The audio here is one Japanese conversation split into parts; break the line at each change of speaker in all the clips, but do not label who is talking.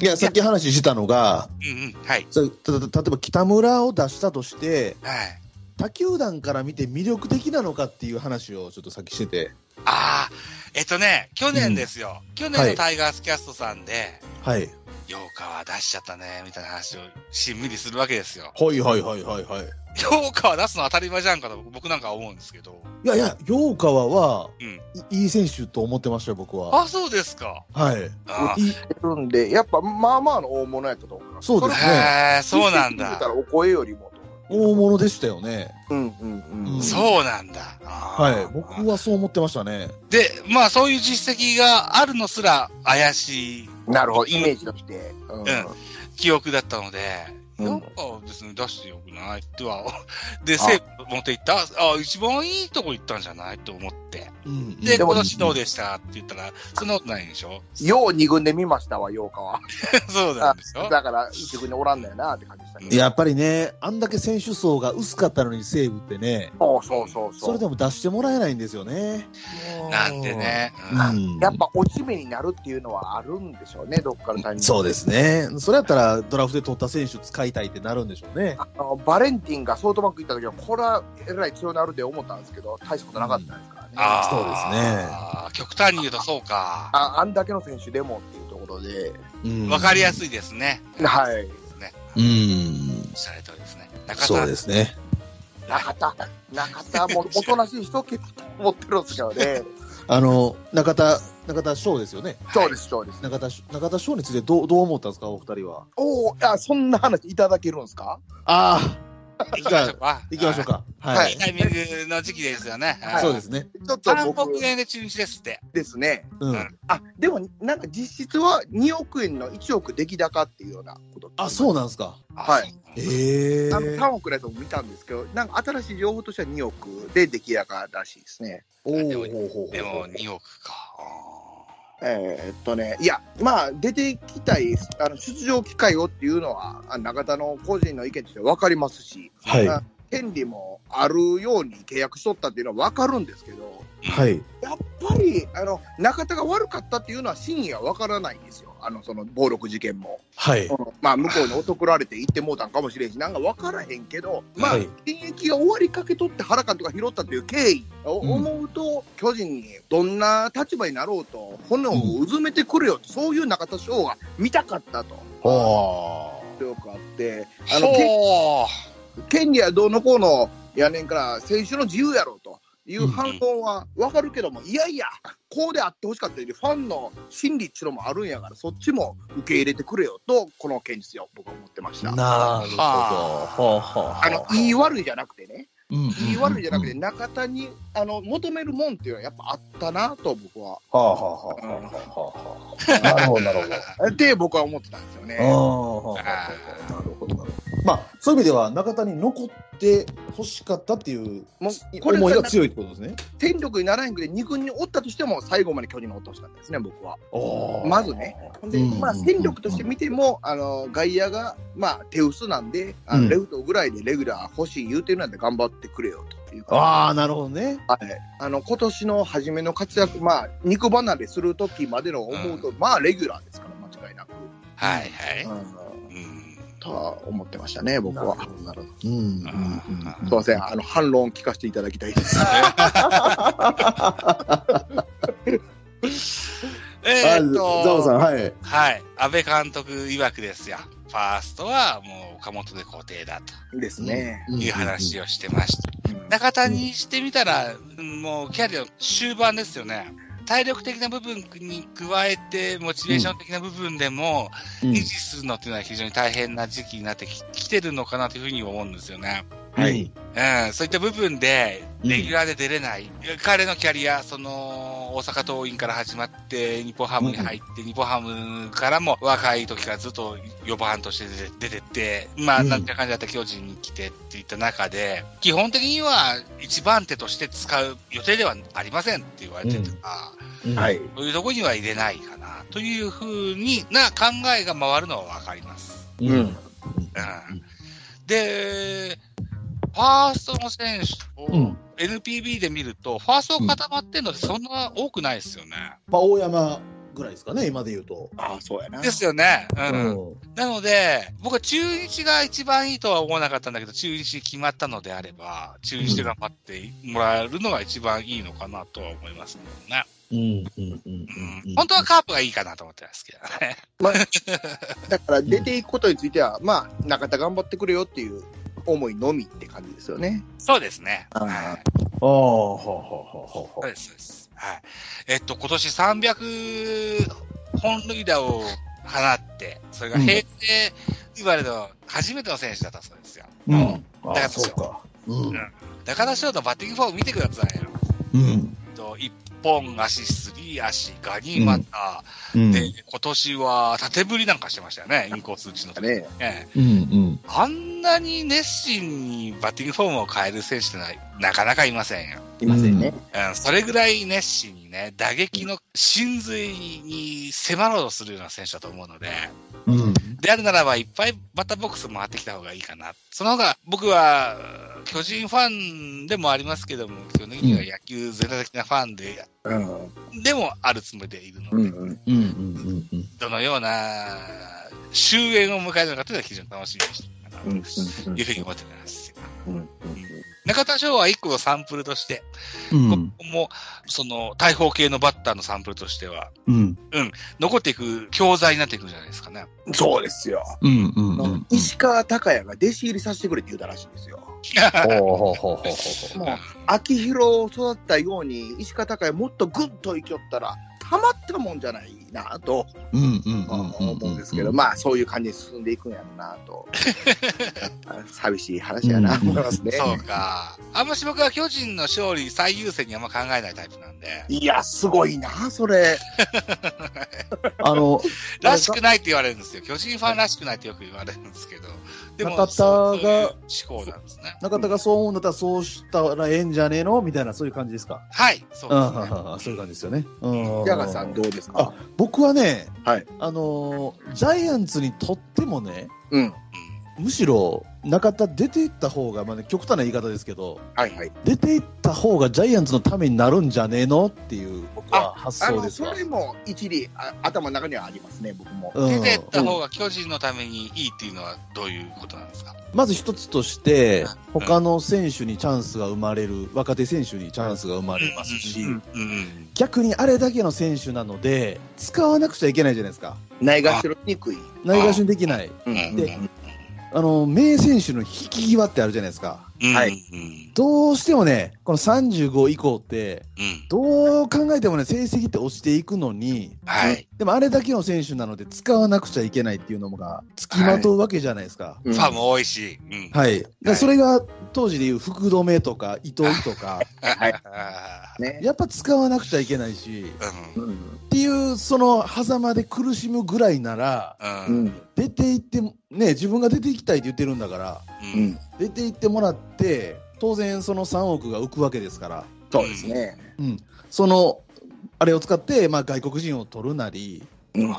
いや、さっき話したのが、
うんうん、はい、
そうたた例えば北村を出したとして、
はい。
他球団から見て魅力的なのかっていう話をちょっとさっきしてて、
ああ、えっとね、去年ですよ。去年のタイガースキャストさんで、
はい。
洋川は出しちゃったね、みたいな話をしんみりするわけですよ。
はいはいはいはいはい。
洋川出すの当たり前じゃんかと僕なんか思うんですけど。
いやいや、陽川は、
うん
いいい選手と思ってましたよ、僕は。
あ、そうですか。
はい。
あ
いい
るんで、やっぱまあまあの大物やったと思います。
そうですね。
へえ、そうなん
言っ
だ
た。らお声よりもと。
大物でしたよね。
うんうん
う
うんん。
そうなんだ。あ
は
ー
い。僕はそう思ってましたね。
で、まあそういう実績があるのすら怪しい
なるほど、イメージとして。うん
記憶だったので、
うん
なんか別に出してよくないっては、で、セーブ持って行った、あ一番いいとこ行ったんじゃないと思って。
うん
で、
でも
今年どうでしたって言ったら、そんなことないでしょ
よう二軍で見ましたわ、8日は。
そうなんですよ。
だから、一軍におらんのやなって感じでしたね。
やっぱりね、あんだけ選手層が薄かったのに西武ってね、
そうそうそう
そ
そ
れ
う。
でも出してもらえないんですよね。
なんでね。うん
うん
やっぱ落ち目になるっていうのはあるんでしょうね、どっかのタイミング
そうですね。それやったらドラフトで取った選手使いたいってなるんでしょうね。
あのバレンティンがソフトバンク行った時は、これはえらい強なるで思ったんですけど、大したことなかったですからね。あ
ああ、そうですね。極端に言うとそうか。
あんだけの選手でもっていうところで、
うん
わかりやすいですね。
はい。
ね。
うん。
おっしゃる通りですね。中田
そうですね。
中田、中田もおとなしい人結構持ってるんですよね。
あの、中田、中田翔ですよね。
そうです、そうです。
中田し、中田翔についてどう、どう思ったんですか、お二人は。
おお、あ、そんな話いただけるんですか
ああ、
行きましょうか。
行きましょうか。は
はい
い
い
い。タイミングの時期ですよね。
はい
そうですね。
ちょっと
3
僕
億円で中日ですって。
ですね。
うん。
あ、でも、なんか実質は2億円の1億出来高っていうようなこと。
あ、そうなんですか。
はい
え
ええ
あの3億のやつも見たんですけど、なんか新しい情報としては2億で出来高らしいですね。
おお
でも
ほうほうほう
でも2億か。
えーっとね、いや、まあ、出てきたい、あの出場機会をっていうのは、あ中田の個人の意見として分かりますし、
はい。
あ権利もあるように契約しとったっていうのは分かるんですけど、
はい。
やっぱりあの中田が悪かったっていうのは真意は分からないんですよ、あのその暴力事件も。
はい。
まあ、向こうに男られて行ってもうたんかもしれんし、なんか分からへんけど、まあ、
はい
現役が終わりかけとって原監督が拾ったという経緯を
うん
思うと、巨人にどんな立場になろうと、炎をうずめてくるよ、そういう中田翔が見たかったと。
あ
よくあって、あ
あ
の、け
の、
権利はどうのこうのやねんから、選手の自由やろうという反論は分かるけども、いやいや、こうであってほしかったより、ファンの心理っていうのもあるんやから、そっちも受け入れてくれよと、この件ですよ、僕は思ってました。
あ。なるほど。
はあ
ほうほう
あの、言い悪いじゃなくてね、
うん
言い悪いじゃなくて、
うん
中田に、あの、求めるもんっていうのはやっぱあったなと、僕は。
はあはあはあはあはあ。なるほど、なるほど。
で、僕は思ってたんですよね。
あ
あ
あ、なるほど、なるほど。まあ、そういう意味では、中田に残って欲しかったっていう
もうこれ
思い
が
が強いってことですね。
戦力にならへんくて、二軍におったとしても、最後まで巨人におってほしかったですね、僕は。
ああ
まずね。で、
うん
まあ、戦力として見ても、あの、外野が、まあ、手薄なんで、あ
うん
のレフトぐらいでレギュラー欲しい言うてるなんで頑張ってくれよというか。
ああ、なるほどね。
はい、あの今年の初めの活躍、まあ、肉離れする時までの思うと、まあ、レギュラーですから、間違いなく。
はいはい。
うん
うん
とは思ってましたね、僕は。
うんうんうん
すいません、あの反論聞かせていただきたいです。
えーっ
あザボさん、
と、
はい。
はい。安倍監督曰くですよ。ファーストはもう岡本で固定だ
ですね。
という話をしてました。
うん
中田にしてみたら、もうキャリアの終盤ですよね。体力的な部分に加えて、モチベーション的な部分でも、
うん。うん
維持するのっていうのは非常に大変な時期になってききてるのかなというふうに思うんですよね。
はい。
うん、そういった部分で、
うん
レギュラーで出れない、彼のキャリア、その、大阪桐蔭から始まって、日本ハムに入って、日本ハムからも若い時からずっと4番として出てって、まあ、
うん
なんて感じだったら巨人に来てっていった中で、基本的には一番手として使う予定ではありませんって言われてたから、
は
はい。
い。
そういうとこには入れないかな、というふうにな考えが回るのはわかります。
うん。
うんで、ファーストの選手
う
を
ん。
NPB で見ると、ファースト固まってるのってそんな多くないですよね。
まあ、大山ぐらいですかね、今で言うと。
ああ、そうやな。
ですよね。うん。
うん
なので、僕は中日が一番いいとは思わなかったんだけど、中日に決まったのであれば、中日で頑張ってもらえるのが一番いいのかなとは思いますけどね。
うんうんうん
う。
うんん
本当はカープがいいかなと思ってますけどね。
だから出ていくことについては、まあ、中田頑張ってくれよっていう思いのみって感じですよね。
そうですね。
あー
はい。
ああ、はあはあはあはあ
そうです、そうです。はい。えっと、今年300本塁打を放って、それが平成生まれの初めての選手だったそうですよ。
うん。
だか
あ
ら
あ、そうか。うん。
中田翔のバッティングフォーム見てくださいよ。
うん。
えっと一本足、スリー足、ガニ股、
うん。
で、今年は縦振りなんかしてましたよね、インコース打ちの時、
ね
ええ
うん。
あんなに熱心にバッティングフォームを変える選手ってのはなかなかいませんよ。
いませんね。
うん、それぐらい熱心にね、打撃の真髄に迫ろうとするような選手だと思うので、
うん。うん。
であるならば、いっぱいバッターボックス回ってきた方がいいかな。その方が、僕は、巨人ファンでもありますけども、基本的には野球全体的なファンで、
うん。
でもあるつもりでいるので、
うんうん。
うん。うん。うん。
どのような終焉を迎えるのかというのは非常に楽しみにしてるかな
うん
というふうに思ってます。
うんうん
中田翔は一個のサンプルとして、
うん。
ここも、その、大砲系のバッターのサンプルとしては、
うん。
残っていく教材になっていくんじゃないですかね。
うんそうですよ。
うん。うん。うん。
石川隆也が弟子入りさせてくれって言ったらしいんですよ。
ほうほうほうほうほう
もう、秋広を育ったように、石川隆也もっとぐっといきよったら、たまったもんじゃないなと
うんうん
あの思うんですけど、
ま
まあ、そういう感じに進んでいくんやろうな と。あ寂しい話やな、
うん
思いますね。
そうか。あんまし僕は巨人の勝利最優先にあんま考えないタイプなんで、
いや、すごいな、それ。
あ、あの、
らしくないって言われるんですよ。巨人ファンらしくないってよく言われるんですけど。でも、
中田が
そういう思考なんですね。
中田がそう思うんだったら、そうしたらええんじゃねえのみたいな、そういう感じですか。
はい、そう
うん、
ですね。
うんうんそういう感じですよね。うん
ヤガさん、どうです
あ
か
僕はね、
はい
あのー、ジャイアンツにとってもね、
うん。
うん
むしろ中田出ていった方が、まあね、極端な言い方ですけど、
はいはい。
出ていった方がジャイアンツのためになるんじゃねえのっていう、僕は発
あ
想
の、
です
そ
わ。
れも一理、あ頭の中にはありますね、僕も。
うん
出てった方が巨人のためにいいっていうのはどういうことなんですか、
まず一つとして
うん、
他の選手にチャンスが生まれる、若手選手にチャンスが生まれますし、
うん
うんうん、
逆にあれだけの選手なので、使わなくちゃいけないじゃないですか。
ないがしろにくい。
ないがしろにできない。
うん
うん
であの、名選手の引き際ってあるじゃないですか。
うん
はい
うん
どうしてもね、この35以降って、
うん
どう考えてもね、成績って落ちていくのに、
はい、
でもあれだけの選手なので使わなくちゃいけないっていうのが、付きまとうわけじゃないですか。
フ
ファンも多いし、うん
はい。だから
はい
それが当時でいう福留とか伊藤とか、
はい
あ
ね。
やっぱ使わなくちゃいけないし、
ーう
うんん。
っていうその狭間で苦しむぐらいなら、
う
うんん。
出て行っても、ね、自分が出て行きたいって言ってるんだから、
う
うんん。
出て行ってもらって、当然その3億が浮くわけですから、
そうですね。
うん、そのあれを使って、まあ、外国人を取るなり
うん。
っ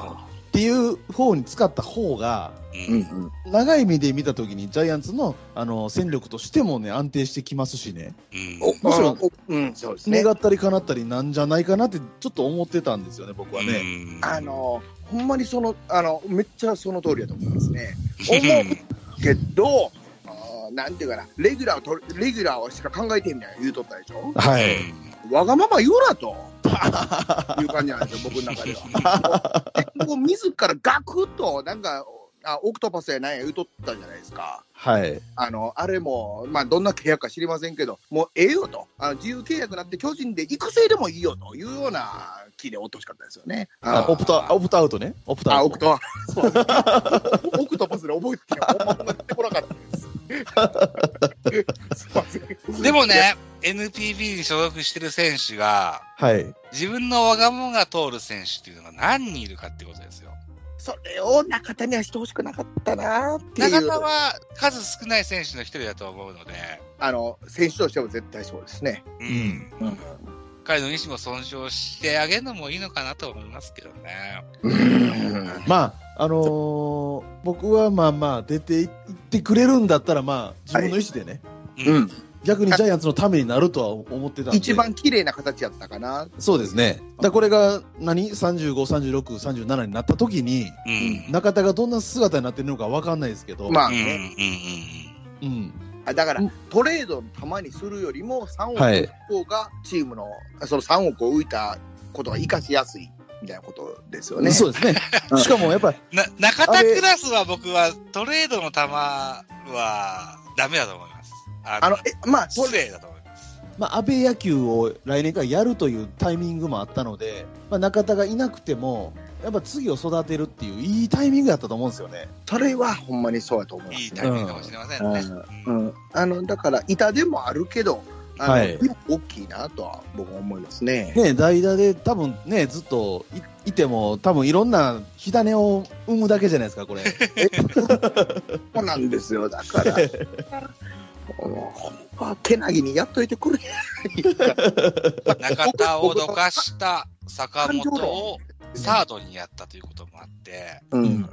ていう方に使った方が
う
うんん。
長い目で見た時にジャイアンツのあの戦力としても、ね、安定してきますしね
お
う
むしろ
あおうん、そうですね
願。ったり叶ったりなんじゃないかなってちょっと思ってたんですよね、僕はね。
ん
あの、ほんまにその、あの、めっちゃその通りだと思いますね。
うん
思うけど、あーなんていうかな、レギュラーを取る、レギュラーしか考えてみたいな言うとったでしょ
は
う
い、
ん
わがまま言う なと。いう感じなんですよ、僕の中では。もう自らガクッと、なんか、あオクトパスやなんや言うとったじゃないですか。
はい、
あの、あれも、まあ、どんな契約か知りませんけど、もうええよと。あの、自由契約になって巨人で育成でもいいよというような気で落としかったですよね。
あ
あ
オプトオプトアウトね、オプトア
あ、
ウ
オ
ト
ク。トは。 そうオクトパスで覚えてたよ。ほんまに出てこなかったです。すいません
でも、ね、NPB に所属してる選手が、
はい、
自分のわがままが通る選手っていうのが何人いるかってことですよ。
それを中田にはしてほしくなかったなっていう。
中田は数少ない選手の一人だと思うので、
あの、選手としても絶対そうですね。
うん
うん。
彼の意思も尊重してあげるのもいいのかなと思いますけどね。
まああのー僕はまあまあ出ていってくれるんだったらまあ自分の意思でね、
う
うん。
逆にジャイアンツのためになるとは思ってたんで
一番綺麗な形やったかな。
そうですねだからこれが何353637になった時に
うん。
中田がどんな姿になってるのかわかんないですけど、
まあ
うん。うん。
ね、
うん、
あだから
うん
トレードの玉にするよりも3億
はい
の方がチームのその3億を浮いたことが生かしやすいみたいなことですよね。
そう ですね
うん
しかもやっぱり
な、中田クラスは僕はトレードの球はダメだと思います。
あ
あ
の
の、
えまあト
失
レ
礼だと思います。
まあ、安倍野球を来年からやるというタイミングもあったので、まあ、中田がいなくても、やっぱ次を育てるっていう、いいタイミングだったと思うんですよね。
それはほんまにそうやと思います。
いいタイミングかもしれませんね。
う
うん
んあのだから板でもあるけど、あの
はい
大きいなとは僕は思いますね。
ね、代打で多分ね、ずっといいても、多分いろんな火種を生むだけじゃないですか、これ。
そうなんですよだから もうほんま手なぎにやっといてくれ。
中田をどかした坂本をサードにやったということもあって、
うん
うん
い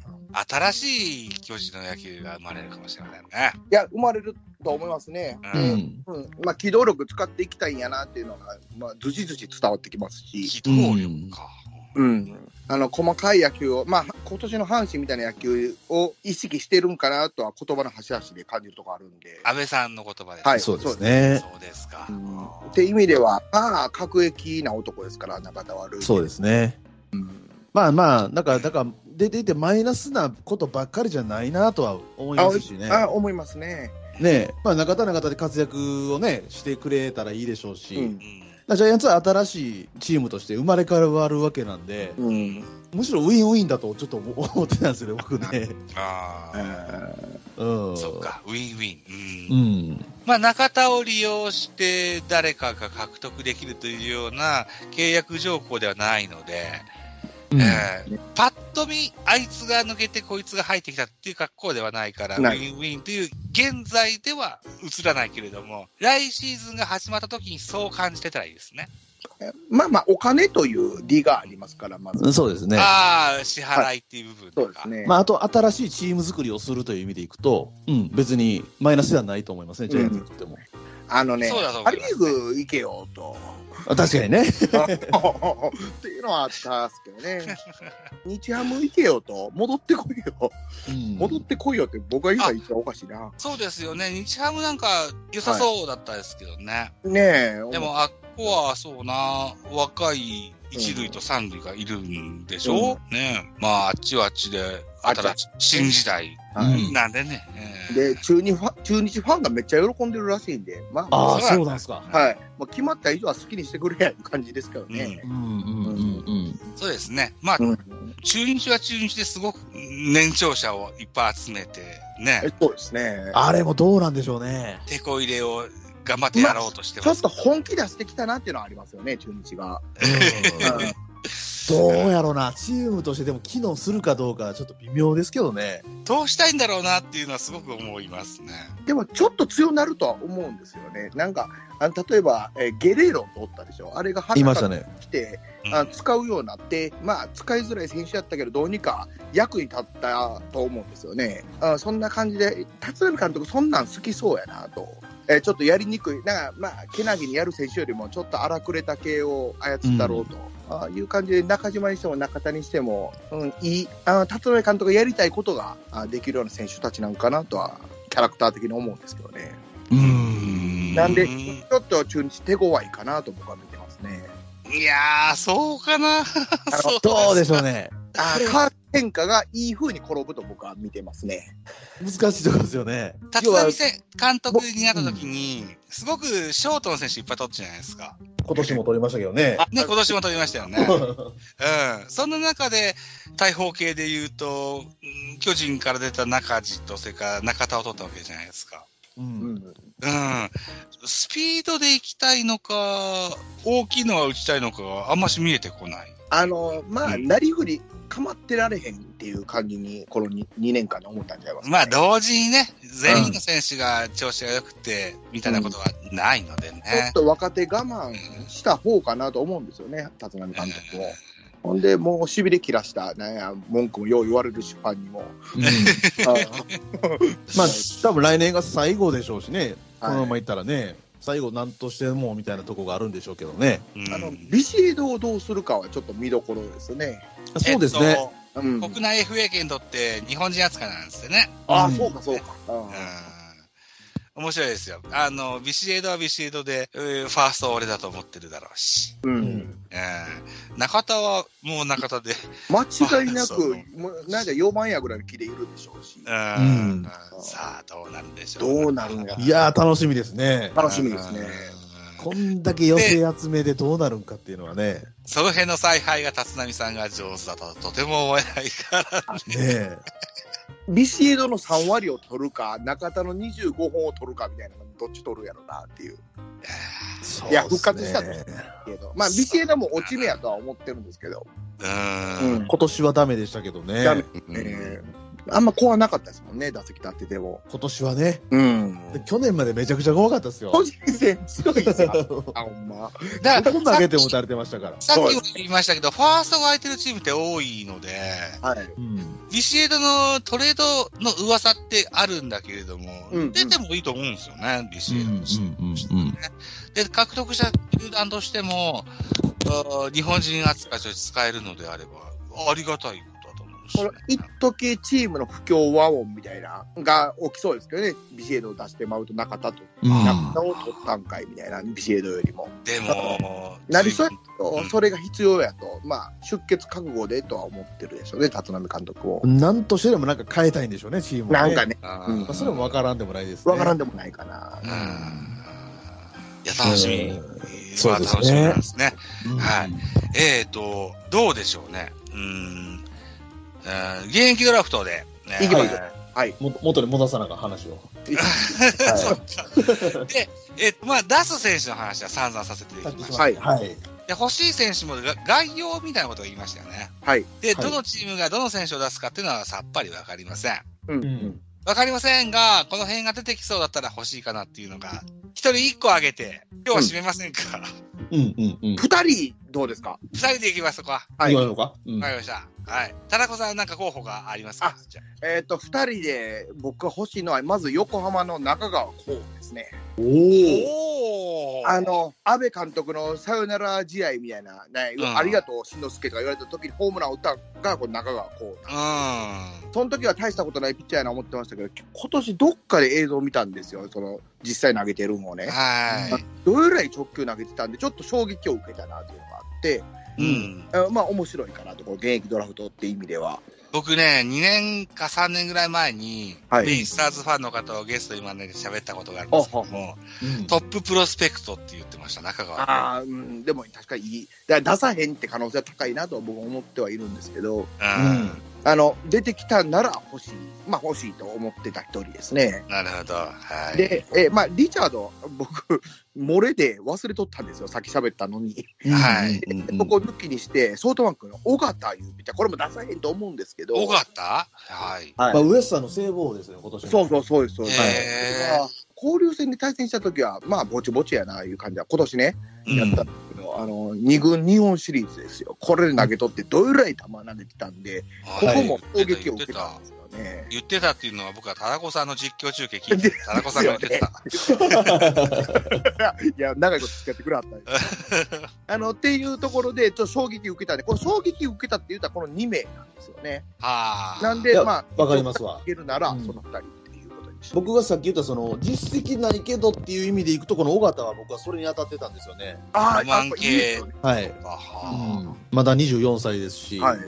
新しい巨人の野球が生まれるかもしれませんね。
や生まれると思いますね。
う
うんん、
うんまあ、機動力使っていきたいんやなっていうのが、まあ、ずじずじ伝わってきますし、
機動力か。
うん、あの細かい野球を、まあ、今年の阪神みたいな野球を意識してるんかなとは言葉の端々で感じるところあるんで、
安倍さんの言葉です。
はい
そうですね。
そうですか。
うん、って意味では、まあ、各駅な男ですから、中田はルイ
そうですね。
うん
まあまあ、だから、だから出ていてマイナスなことばっかりじゃないなとは思いますしね。
あ思いますね。
ねまあ、中田は中田で活躍をね、してくれたらいいでしょうし。
うん
う
ジャイアンツは新しいチームとして生まれ変わるわけなんで、
うん
ん。
むしろウィンウィンだとちょっと思 思ってたんですよね、僕ね。
ああ、
うん。
そっ。か、ウィンウィン。
う
うん。
ん。
まあ、中田を利用して誰かが獲得できるというような契約条項ではないので、
うん
えーパッと見、あいつが抜けてこいつが入ってきたっていう格好ではないから、ウ
ない
ィンウィンという現在では映らないけれども、来シーズンが始まった時にそう感じてたらいいですね。
まあまあ、お金という利がありますから、まず。
そうですね。
ああ、支払いっていう部分
そう
と
で
か。
すね。
まあ、あと、新しいチーム作りをするという意味でいくと、うん、別にマイナスではないと思いますね、ジャイアンツにとっても。
あのね、
そうだと思
パ・
い
リ
ます
ーグ行けよと。
あ確かにね。
っていうのはあったんですけどね。日ハム行けよと、戻ってこいよ。
うん
戻ってこいよって僕が言うから一番おかしいな。
そうですよね。日ハムなんか良さそうだったですけどね。
ねえ。
でも、あっこはそうな、若い一塁と三塁がいるんでしょ、ねまあ、あっちはあっちで、新しい新時代
はい
なんでね。えー
で中日ファン、中日ファンがめっちゃ喜んでるらしいんで、まあ、
ああ、
そう
そうなんですか。
はい。もう決まった以上は好きにしてくれやいう感じですけどね。
うんうんうんうん。
そうですね。まあ、
うん
中日は中日ですごく年長者をいっぱい集めて、ね
え、そうですね。
あれもどうなんでしょうね。
手こ入れを頑張ってやろうとして
ちょ
ま
っ
す。
と本気出してきたなっていうのはありますよね、中日が。
うん どうやろうな、チームとしてでも機能するかどうか、ちょっと微妙ですけどね。
どうしたいんだろうなっていうのはすごく思いますね。
でもちょっと強なるとは思うんですよね。なんか、あの例えば、えーゲレーロっておったでしょ。あれが
い
花
ました
が
ね。
来て、
うん
あ使うようになって、まあ、使いづらい選手やったけど、どうにか役に立ったと思うんですよね。あそんな感じで、立浪監督、そんなん好きそうやなと。えーちょっとやりにくい、なんか、まあ、けなぎにやる選手よりも、ちょっと荒くれた系を操ったろうと、ああいう感じで、中島にしても中田にしても、うん、いい、あ立浪監督がやりたいことがあできるような選手たちなんかなとは、キャラクター的に思うんですけどね。
う。
うん
なんで、
う
ちょっと中日手強いかなと僕は見てますね。
いやー、そうかな。 そう
どうでしょうね。
あーカー変化がいい風に転ぶと僕は見てますね。
難しいところですよね。
立
要は
浪せ監督になった時に、すごくショートの選手いっぱい取ったじゃないですか。
今年も取りましたけどね。
ね、今年も取りましたよね。うん。そんな中で、大砲系で言うと、うん巨人から出た中地と、それから中田を取ったわけじゃないですか。
う、
うんん、
うん。スピードで行きたいのか、大きいのが打ちたいのかがあんまし見えてこない。
あのまあ、
うん
なりふり構ってられへんっていう感じに、この 2, 2年間で思ったんちゃいますか、
まあ、同時にね、全員の選手が調子が良くて、みたいなことはないので
ちょっ
ね。
と若手我慢した方かなと思うんですよね、立浪監督も。ほんで、もうしびれ切らした、なんや、文句もよう言われるし、ファンにも。あー
まあ、多分来年が最後でしょうしね、このままいったらね。最後、なんとしてもみたいなとこがあるんでしょうけどね。
うん
あのビシエドをどうするかはちょっと見どころですね。
そうですね。
えっと
うん、
国内 FA 権にとって日本人扱いなんですよね。
ああ、
うん
そうかそうか。うん
うん。面白いですよ。あの、ビシエドはビシエドで、えーファーストは俺だと思ってるだろうし。
うん
うん
うん。中田はもう中田で。
間違 いな
そう
く、もうなんか4番やぐらいの気でいるでしょうし
う、
うん
ん。さあ、どうなるんでしょう。
どうなるんや
いやー、楽しみですね。
楽しみですね。
うん
こんだけ寄せ集めでどうなるんかっていうのはね。
その辺の采配が立浪さんが上手だとはとても思えないから。
ねえ。
ビシエドの3割を取るか、中田の25本を取るかみたいなの、どっち取るやろなっていう。
そうっすね
いや復活したとけどまあ、ビシエドも落ち目やとは思ってるんですけど、
う
今
ん。
年はダメでしたけどね。
ダメ
うん
えーあんま怖なかったですもんね、打席立ってても。
今年はね。
うん。
で去年までめちゃくちゃ怖かったですよ。
個人戦強いですよ。あ、ほん ま。
だ
こんな
か
上
ら
げても打たれてましたから。
さっきも言いましたけど、ファーストが空いてるチームって多いので、
はい。
うん。
ビシエドのトレードの噂ってあるんだけれども、
うんうん
出てもいいと思うんですよね、ビシエドとして
ん
で、獲得した球団としても、あー日本人扱いとして使えるのであれば、ありがたいことだと思うし、
これ、一時チームの不協和音みたいな、が起きそうですけどね、ビシエドを出してまうと中田と、中田を取ったんかいみたいな、ビシエドよりも。
でも、
なりそうや
うん
それが必要やと、まあ、出血覚悟でとは思ってるでしょうね、立浪監督も。
なんとしてでもなんか変えたいんでしょうね、チームをね
なんかね、
あ
うん
ー
まあそれもわからんでもないですね。
わからんでもないかな
うん。。いや、楽しみ。
うん
ま
そう
あ
ですね
楽しみなんですね。
うん
はいえーと、どうでしょうね。うーん。えー現役ドラフトで、ね
いき ます
はい
も元に戻さなあかん話を。
そうかで、えっと、まあ、出す選手の話は散々させていただきました。
はい
はい。
で、欲しい選手もが概要みたいなことを言いましたよね。
はい。
で、
はい
どのチームがどの選手を出すかっていうのはさっぱりわかりません。
うん。
わかりませんが、この辺が出てきそうだったら欲しいかなっていうのが、一人一個あげて、今日は締めませんか。
うんうんうん。行
二人、どうですか
二人で行きますか。
は
き
い
ま。しょうか。うん
わかりました。はい。田中さんなんか候補がありますか
あ
じゃ
えっと、二人で僕が欲しいのは、まず横浜の中川こうですね。
おー
あ、の、安倍監督のサヨナラ試合みたいな、ね
うん
ありがとう、しんのすけが言われた時にホームランを打ったのが、この中川こう。
うん。
その時は大したことないピッチャーやな思ってましたけど、今年どっかで映像を見たんですよ、その、実際投げてるのをね。
は
どれぐらい直球投げてたんで、ちょっと衝撃を受けたなというのがあって、
い。うん。
あまあ面白いかなと、この現役ドラフトって意味では。
僕ね、2年か3年ぐらい前に、
はい
ベイスターズファンの方をゲストに招いて喋ったことがあるんですけども、
うん
トッププロスペクトって言ってました、中川。
ああ、うん、でも確かにいい。だから出さへんって可能性は高いなと僕は思ってはいるんですけど、
うん。
あの、出てきたなら欲しい。まあ欲しいと思ってた一人ですね。
なるほど。はい。
で、えまあリチャード、僕、漏れで忘れとったんですよ、さっき喋ったのに。
はい
うんうんうん
ここ抜きにして、ソフトバンクの尾形いうピッチャー、これも出さへんと思うんですけど、
多かったはい。
まあ、ウエストの聖望ですよ、今年の
そうそうそうですそうです。
へー
まあ交流戦で対戦した時は、まあ、ぼちぼちやな、いう感じは、今年ね、
うん
やったんですけど、あの、2軍日本シリーズですよ。これで投げ取って、どれぐらい球投げてたんで、こ
はい
こも攻撃
言
を
って
受け
た
たん。ですよね。
言ってたっていうのは僕はタラコさんの実況中継聞いて、タラコさんが言ってた。
いや、長いこと付き合ってくれはったんです あの、っていうところで、ちょっと衝撃受けたんで、この衝撃受けたって言ったら、この2名なんですよね。
はあ。
なん
い
で、
や
まあ、
わかりますわ
受けるなら、
うん
その2人っていうことにして。
僕がさっき言ったその実績ないけどっていう意味でいくとこの尾形は僕はそれに当たってたんですよね。
あ
ロマン系
やっぱいいですよ
はい、
ね
あは
うん、まだ24歳ですし、
は
あ
い。
うん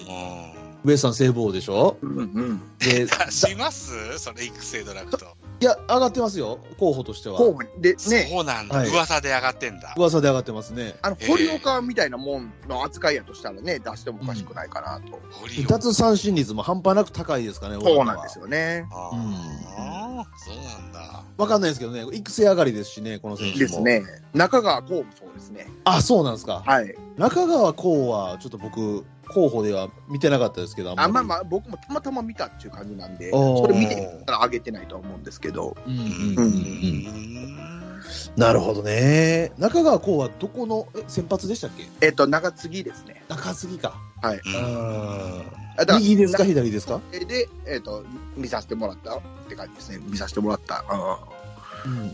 ウエストの聖望でしょ
うんうん。
で
出しますそれ育成ドラフト。
いや上がってますよ候補としては
候補にで、ね、
そうなんだ。
はい
噂で上がってんだ。
噂で上がってますね
あの
えー
堀岡みたいなもんの扱いやとしたらね、出してもおかしくないかなと。
堀
2
尾。
つ三振率も半端なく高いですかね
そうなんです
よ
よね。
ああ、そうなんだ。
分かんないですけどね育成上がりですしねこの選手も
ですね。中川こうもそうですね。
あそうなんですか
はい。
中川こうはちょっと僕候補では見てなかったですけど
あまあま
あ
あ、僕もたまたま見たっていう感じなんで、
おー
それ見てたら上げてないとは思うんですけど、
り、うんうん
う
う
ん
んう、
うんん。
なるほどね中川こうはどこのえ先発でしたっけ
えっ、と、中継ぎですね。
中継ぎか
うん
あだから
右ですか左ですか
で、えっ、と、見させてもらったって感じですね。見させてもらった。う
う
ん
んうん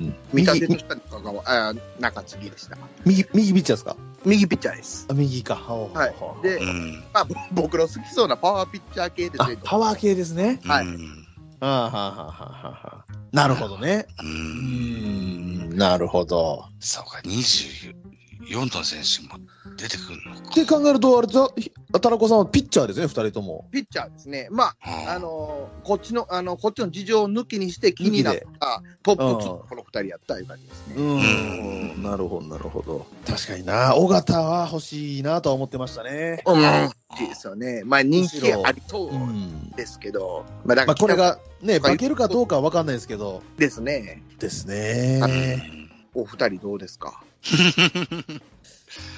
うんうん
三田
右
哲下中川、あ中継ぎでした。
右右ピッチャーですか
右ピッチャーです。
あ右かほう
はい
ほうほう
で
う、ん。
まあ、ぼ僕の好きそうなパワーピッチャー系で
あ
すね。
パワー系ですね
はい
うん。
あーはあはあはあはあなるほどね
う
うんんなるほど
そうか、24度の選手も出てくるのか。
って考えるとあれだあたらこさんはピッチャーですね二人とも
ピッチャーですね。まあ、
うん
あのーこっちの、あの、こっちの事情を抜きにして気になったトップ2、この二人やったいう感じですね。
ん
うんなるほどなるほど確かにな尾形は欲しいなとは思ってましたね
うん、いいですよね。まあ、人気ありそう
うん
ですけど、まあ、だ
まあこれがね
はい
化けるかどうかは分かんないですけど
ですね。
です
う
ね
ん
お二人どうですか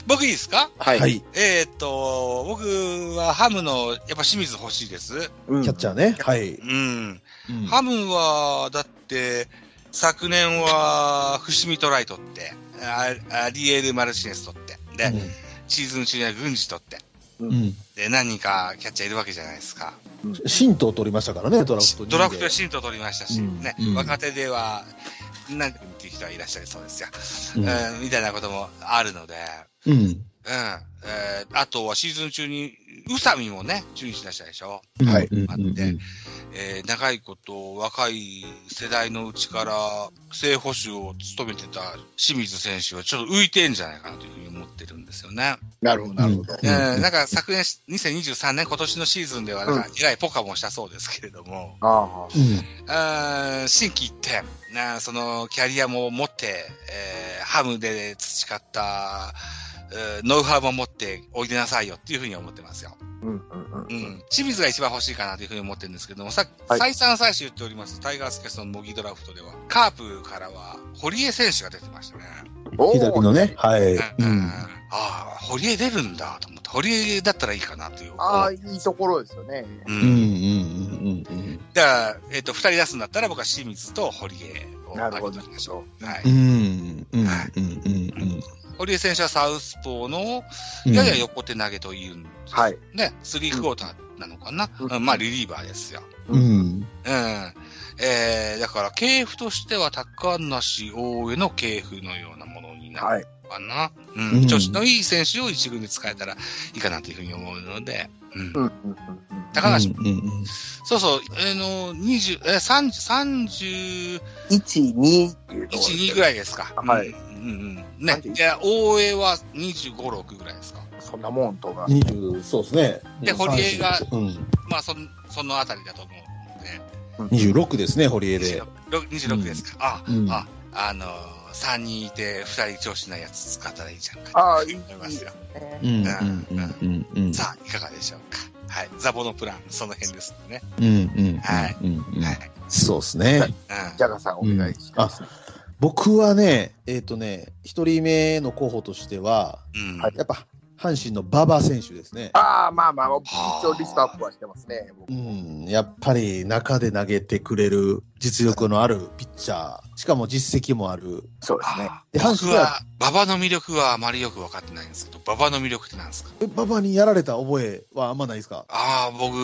僕いいですか
は
はいキ
えーっと、僕はハムの、やっぱ清水欲しいです。
うん
ャッチャーねはい
うん。
うん
ハムは、だって、昨年は、伏見トライ取って、ああリエル・マルチネス取って、で、シーズン中には軍事取って、
うんうん
で、何人かキャッチャーいるわけじゃないですか。
神道取りましたからねドラフト2で
ドラフトでシント取りましたし、
うん
ね
うん、
若手では、なんかっていう人はいらっしゃるそうですよ。
うん
うん、みたいなこともあるので、
うん
うん。えーあとはシーズン中に、宇佐美もね、中日出したでしょ。
はい
うんうんうん
待ってえー長いこと若い世代のうちから正捕手を務めてた清水選手はちょっと浮いてんじゃないかなというふうに思ってるんですよね。
なるほど、なるほど。
うん
えーなんか昨年2023年今年のシーズンではなんかえらいポカもしたそうですけれども、
ああ。
う
あー新規一転、なそのキャリアも持って、えーハムで培った、えーノウハウも持っておいでなさいよっていうふうに思ってますよ。
うんうん
う
うん
ん。清水が一番欲しいかなというふうに思ってるんですけども、さ、
はい
再三再四言っております、タイガースキャストの模擬ドラフトでは、カープからは、堀江選手が出てましたね。
ん左のねはいう
うん
ん
ああ、堀江出るんだと思って、堀江だったらいいかなという。
ああ、いいところですよね。
う
うんうん
ん。
うんうんうん
だから、えっ、と、二人出すんだったら僕は清水と堀江を
なるほ
挙げて
ど
おきましょう。はい。
うんうんうんうんうん
堀江選手はサウスポーの、
うん
やや横手投げというんですよ
はい。
ね、スリークォーターなのかな、
うん
うんまあ、リリーバーですよ。
うん
うん。えー、だから、系譜としては、高梨、大江の系譜のようなものにな
は
る
い。
のかな。
う
うんん。調子のいい選手を一軍で使えたらいいかなというふうに思うので、うん。
うんうんうん
高梨、
うんうんうん
そうそう、えーの、20、えー、30、
1、2っていうところ。
31、2ぐらいですか。
はい
うんうんうん。ね。
31
じゃあ、大江は25、6ぐらいですか。
そんなもんとか。
20そうですね
で堀江が
うん
まあ、そん、そのあたりだと思うので。
26ですね堀江で
26 26ですか。あ、
うん
あ、あのー、3人いて2人調子ないやつ使ったらいいじゃんか。
ああ、いい
思いますよ。
う
ね。
んうんうんうんうん
さあ、いかがでしょうか。はい。ザボのプラン、その辺ですね。
うんうん
はい
うんうん
はい。
そうですね
ジャガさん、お願いします。
僕はねえっとね一人目の候補としては
うん。うん。
はい
やっぱ阪神の馬場選手ですね
ああ、まあまあ、一応リストアップはしてますね。僕
うん、やっぱり中で投げてくれる実力のあるピッチャー、しかも実績もある。
そうですね。
あ
で阪
僕
神は
は、馬場の魅力はあまりよく分かってないんですけど、馬場の魅力って何ですか
え馬場にやられた覚えはあんまないですか
ああ、僕、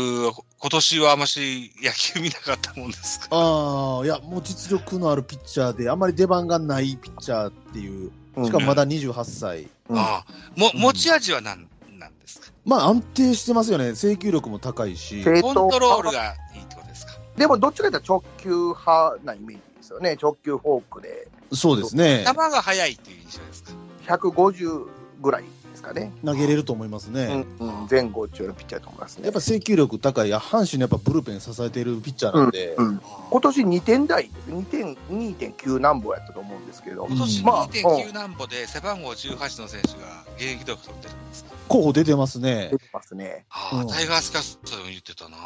今年はあんまし野球見なかったもんですから。
ああ、いや、もう実力のあるピッチャーで、あんまり出番がないピッチャーっていう、しかもまだ28歳。
うん
ああ、も、持ち味は何、なんですか
まあ安定してますよね。制球力も高いし。
えっと
コントロールがいいってことですか
でも、どっちかというと直球派なイメージですよね。直球フォークで、
そうですね
球。が速いっていう印象ですか
150ぐらいですかね。
投げれると思います
う
ね。
んうん、前後中のピッチャーだと思いますね。
やっぱ制球力高い。いや、阪神のやっぱブルペン支えているピッチャーなんで
う。ん今年2点台です、2点2.9何本やったと思うんですけど
うん、
今年
まあ
2.9何歩で背番号18の選手が現役登録取ってるんですか、
候補出てますね
出。てますね。
あ
う
あ、
ん
タイガースキャストでも言ってたな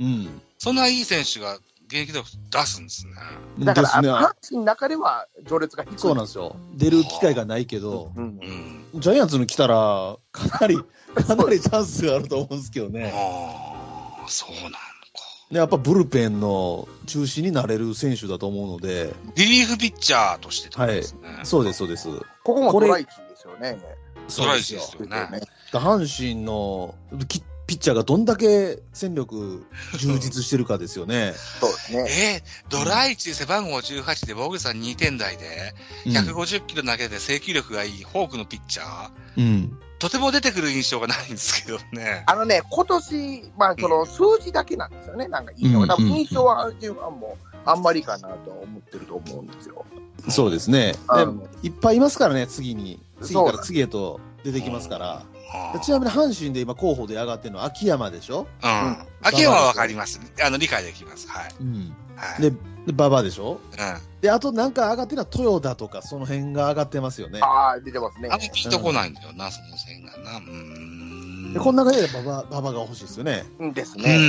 うん。
そんないい選手が現役登録出すんですね。
だから、
ですね
阪神の中では序列が低い。
そうなんですよ。出る機会がないけど、
うん
う。ん。
ジャイアンツに来たら、かなり、かなりチャンスがあると思うんですけどね。
ああ、そうなのか。
でやっぱブルペンの中心になれる選手だと思うので、
リリーフピッチャーとしてってことですね。
そうです、そうです。
ここも
これ
トライキーですよね。
ストライチですよ
そう
ね。
ですよね
阪神のきっピッチャーがどんだけ戦力充実してるかですよね。
そうです
え
ね。
ー、ドライチ背番号18で防御率は2点台で、150キロ投げて制球力がいいフォークのピッチャー、
うん。うん。
とても出てくる印象がないんですけどね。
あのね、今年、まあ、その数字だけなんですよね、なんか印象
う
は。
ん
多分印象は、自分はもう、あんまりかなとは思ってると思うんですよ。
そうですね。
あ
で
の
いっぱいいますからね、次に。次
そう
か
だ
ら次へと出てきますから。
うん
ちなみに阪神で今候補で上がってるのは秋山でしょ
うん。秋山はわかります。あの、理解できます。はい。
うん。
はい。
で、で馬場でしょ
うん。あ
で、あとなんか上がってるのは豊田とか、その辺が上がってますよね。
ああ、出てますね。
んま聞いてこないんだよな、その線がな。うーん。
で、この中で馬場馬場が欲しいですよね。
うんです
う
ね。
ー
う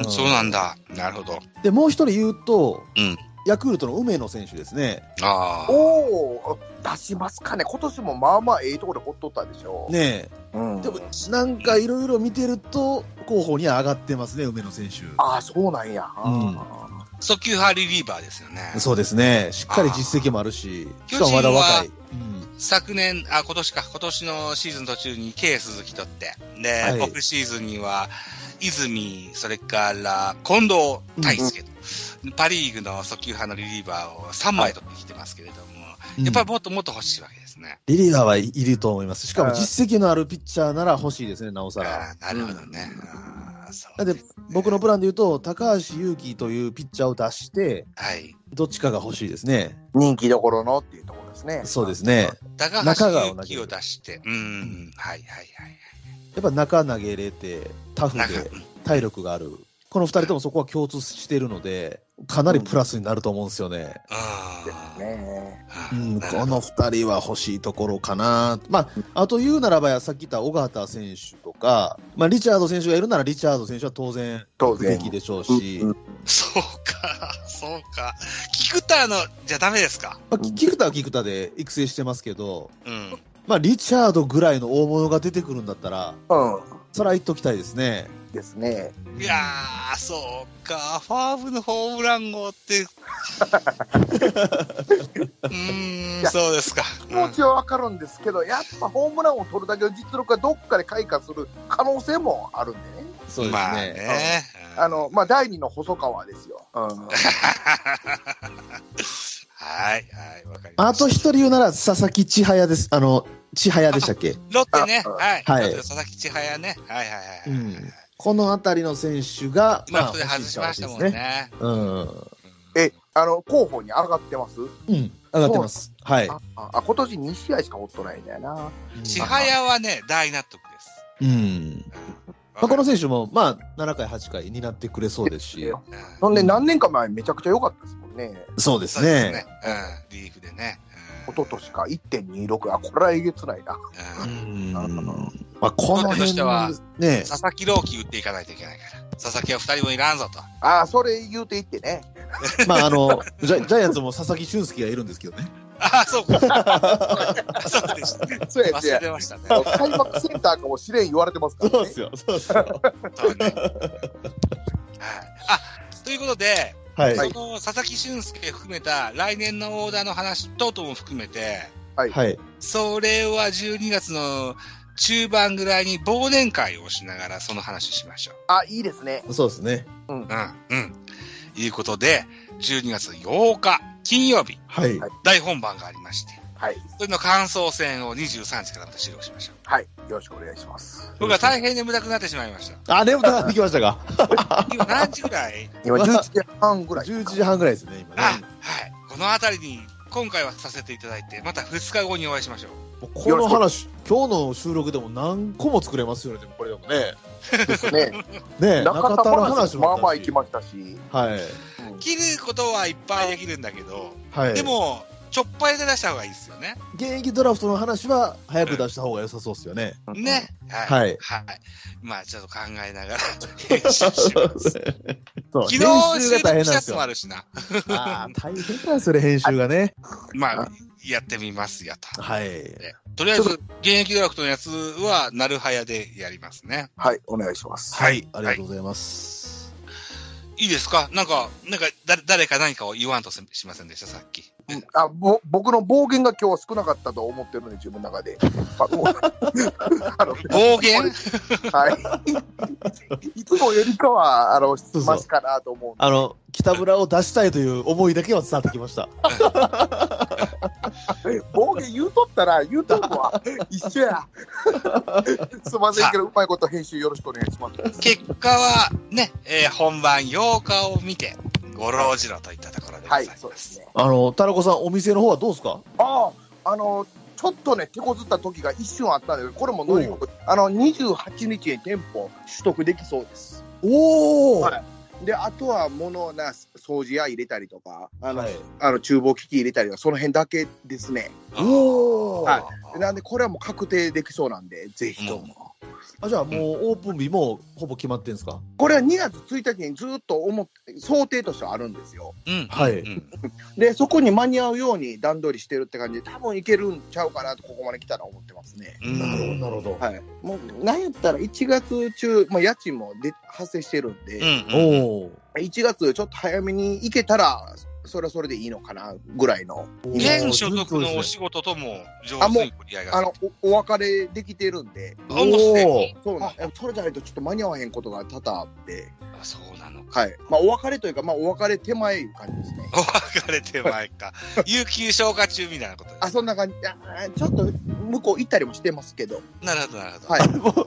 ん
ん、そうなんだ。なるほど。
で、もう一人言うと、
うん
ヤクルトの梅野選手ですね。
ああ。
おお、出しますかね。今年もまあまあええところでほっとったでしょう。
ね
うん
え。でも、なんかいろいろ見てると、候補には上がってますね、梅野選手。
ああ、そうなんや。あ
速球派リリーバーですよね。
そうですね。しっかり実績もあるし、
あー
しかもまだ若い。
巨
うん
昨年、あ、今年か、今年のシーズン途中に K 鈴木取って、で、
はい
オフシーズンには、泉、それから近藤大輔と、パ・リーグの速球派のリリーバーを3枚取ってきてますけれども、やっぱりもっともっと欲しいわけですね。
リリーガーはいると思います。しかも実績のあるピッチャーなら欲しいですね、なおさら。
ああなるほどね。ああそう
だって
すね
僕のプランで言うと、高橋祐希というピッチャーを出して、
はい。
どっちかが欲しいですね。
ー人気どころのっていうところですね。
そうですね。
高橋
中川を
祐希を出して、うん、はいはい
やっぱ中投げれて、タフ
はい。中
で、体力がある。この二人ともそこは共通しているので、かなりプラスになると思うんですよね。
あ
ね。
あ
うん
なる
こ
ほ
の
ど
二人は欲しいところかな。まあ、あと言うならば、さっき言った尾形選手とか、まあ、リチャード選手がいるなら、リチャード選手は当然、
当
不べ
然。
きでしょうし、
うん
ま
うん
そうか、そうか。菊田の、じゃダメですか。
あ、菊田は菊田で育成してますけど、
うん。
まあ、リチャードぐらいの大物が出てくるんだったら、
う
それは言っときたいですね。
ん。ですね。
いやー、そうか。ファームのホームラン 号って。うーん、そうですか。
気持ちはわかるんですけど、やっぱホームランを取るだけの実力がどっかで開花する可能性もあるんでね。
そうですね。
まあね。
あの、まあ、第二の細川ですよ。 うん。
はい、はい、わかりま
あ
した
と一人言うなら、佐々木千早です。あの、千早でしたっけ
ロッテね。
あ
はい。
はい
ロッテの佐々木千早ね。はいはいはい。
うんこのあたりの選手が、
今、それ外しましたもん。ね。
うん。
え、あの、候補に上がってます
うん。上がってます。はい。
あ、ああ今年2試合しかおっとないんだよな。
千早はね、大納得です。
うん。まあ、この
うん
選手も、まあ、7回、8回になってくれそうですし。
そんで
うん
何年か前めちゃくちゃ良かったですもんね。
そうで
そ
す
うです
ね
ね。。うん。リーフでね。
一昨年か1.26。あ、これはえげつないな。
うん
う
うん
ん。
あの
まあ、この
ロッテとし
辺
ては
ね、
佐々木朗希打っていかないといけないから。佐々木は2人分いらんぞと。
ああ、それ言うていってね。
まあ、あの、ジャジャイアンツも佐々木俊介がいるんですけどね。
ああ、そうか。そうでした。
そうやって
忘れましたね。
開幕センターかもしれん言われてますからね。
よ。そうですよ。
そうね。はいあ、ということで、
はい。
その佐々木俊介含めた来年のオーダーの話等々も含めて、
はい。
それは12月の中盤ぐらいに忘年会をしながらその話しましょ
あ、いいですね。
そうですね。
う。うん、うん。いうことで、12月8日金曜日、
はい。
はい
大本番がありまして、
はい。
それの感想戦を23時からまた終了しましょう。
はい。よろしくお願いします。
僕は大変眠たくなってしまいました。
あ、でも、できましたか。
今何時ぐらい
今11時半ぐらい。
11時半ぐらいですね、今ね。
あ、はい。この辺りに今回はさせていただいて、また2日後にお会いしましょう。
この話、今日の収録でも何個も作れますよね、でもこれでもね。
ですね。
ね
中
中
田
田の話
話
も
ま
あ
あ
ったし
まあ行きましたし。
はい。
切ることはいっぱいできるんだけど、
はい。
で、も、ちょっぱいで出した方がいいですよね。
現役ドラフトの話は早く出した方が良さそうですよね。
うん
ね。。
は
はいい。はい。まあ、ちょっと考えながら編 集します。
そう
昨日
編集
収
が大変
録
な
し
ん
た
で
や
す
つ
よ
もあ。るしな。
ああ、大変なんですよね、編集がね。
まあ、やってみますよと。
はい。
とりあえず、現役ドラフトのやつは、なるはやでやりますね。
はい。お願いします。
はい
ありがとうございます。
いいですかなんか、なんか、だ、誰か何かを言わんとせんしませんでした、さっき。
うんあぼ僕の暴言が今日は少なかったと思ってるんで、自分の中で。あもう あの
暴言
はい、いつもよりかは、あの、
そう
マシかなと思う。
あの、北村を出したいという思いだけは伝わってきました。
暴言言うとったら、言うとんの は一緒や。すいませんけど、うまいこと編集よろしくお願いします。
結果は、ね、えー本番8日を見て、ご老次郎といったところでござ
はいい
ま、す。
そうですね。
あの、タラコさん、お店の方はどうですか
ああ、あの、ちょっとね、手こずった時が一瞬あったんだけど、これも乗り越えあの、28日に店舗取得できそうです。
おお、
はいで、あとは物をな、掃除屋入れたりとか、あの、
はい
あの厨房機器入れたりとか、その辺だけですね。
おお、
はいなんで、これはもう確定できそうなんで、ぜひとも。
あじゃあもうオープン日もほぼ決まってんですか
これは2月1日にずっと思って、想定としてはあるんですよ。
うん。
はい
うん
で、そこに間に合うように段取りしてるって感じで、多分いけるんちゃうかなと、ここまで来たら思ってますね。
うんうん。
なるほど
はい。もう、なんやったら1月中、まあ、家賃もで発生してるんで、
うん。
おお
1月ちょっと早めに行けたら、それはそれでいいのかな、ぐらいの。
現所属のお仕事とも上手に取り合いが
あの、おお別れできてるんで、
あもうすでに
おー
そうなんそれじゃないとちょっと間に合わへんことが多々あって、
あそうなのか。
はい。まあ、お別れというか、まあ、お別れ手前いう感じですね。
お別れ手前か。有給消化中みたいなことです
あ、そんな感じ。ああちょっと、向こう行ったりもしてますけど。
なるほど、なるほど。
はい。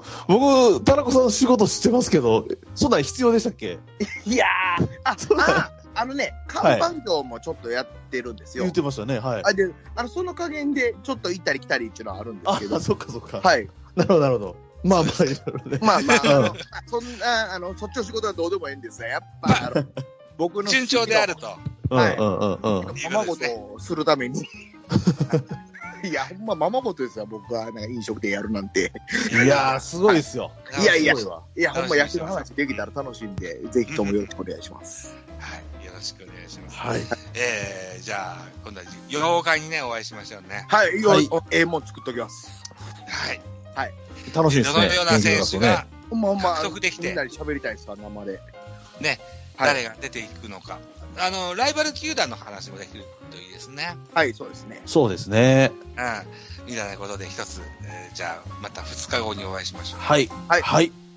僕タラコさん仕事してますけどそんなん必要でしたっけ
いやー、あ、
そうなん
ああのね、看板業もちょっとやってるんですよ。
言ってましたねはい
あであのその加減で、ちょっと行ったり来たりっていうのはあるんで
あ
すけど、
そっかそっか、
はい。
なるほどなるほどまあまあいろいろね
まあまあ、あ
うん
のそんな、あの、そっちの仕事はどうでもいいんですが、やっぱ、あの僕の。
順調である。と。
はい
うんうんうんうん
ままごとをするために。 いや、ほんま、ままごとですよ、僕は、なんか飲食店やるなんて。
いやーすごいですよ
いやいや
すごわ
いや、ほんま、
楽し
安
み
の
にしてます
話できたら楽しいんで、ぜひともよろしくお願いします。
はい。よろしくお願いします。
はい
えー、じゃあ、今度は8日にね、お会いしましょうね。
はい、よ、
はい
ええもん作っときます。
はい。
楽しみで
ど
す
の
ね
ような選手が、
ほんま、ほんま
獲得でき、て
みんなに喋りたいですわ、生で。はい
誰が出ていくのか。あの、ライバル球団の話もできるといいですね。
はい、そうですね。
そうですね
うん。みたいなことで一つ、えーじゃあ、また2日後にお会いしましょう。
はい
はい
はい